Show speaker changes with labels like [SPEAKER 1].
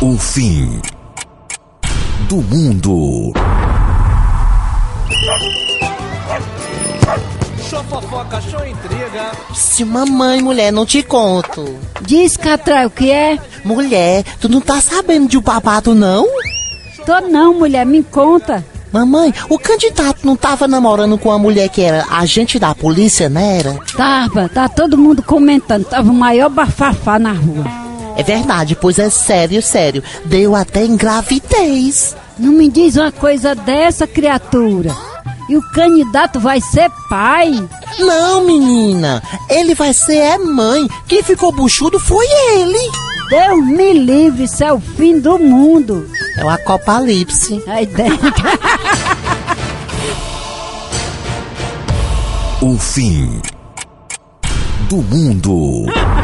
[SPEAKER 1] O fim do mundo.
[SPEAKER 2] Show fofoca, show intriga.
[SPEAKER 3] Se mamãe, mulher, não te conto.
[SPEAKER 4] Diz, Catrai, o que é?
[SPEAKER 3] Mulher, tu não tá sabendo de um babado, não?
[SPEAKER 4] Tô não, mulher, me conta.
[SPEAKER 3] Mamãe, o candidato não tava namorando com a mulher que era agente da polícia, né? Era?
[SPEAKER 4] Tava, tá todo mundo comentando. Tava o maior bafafá na rua.
[SPEAKER 3] É verdade, pois é sério, sério. Deu até em gravidez.
[SPEAKER 4] Não me diz uma coisa dessa, criatura. E o candidato vai ser pai?
[SPEAKER 3] Não, menina. Ele vai ser é mãe. Quem ficou buchudo foi ele.
[SPEAKER 4] Deus me livre, isso é o fim do mundo.
[SPEAKER 3] É o acopalipse.
[SPEAKER 4] A ideia.
[SPEAKER 1] O fim do mundo.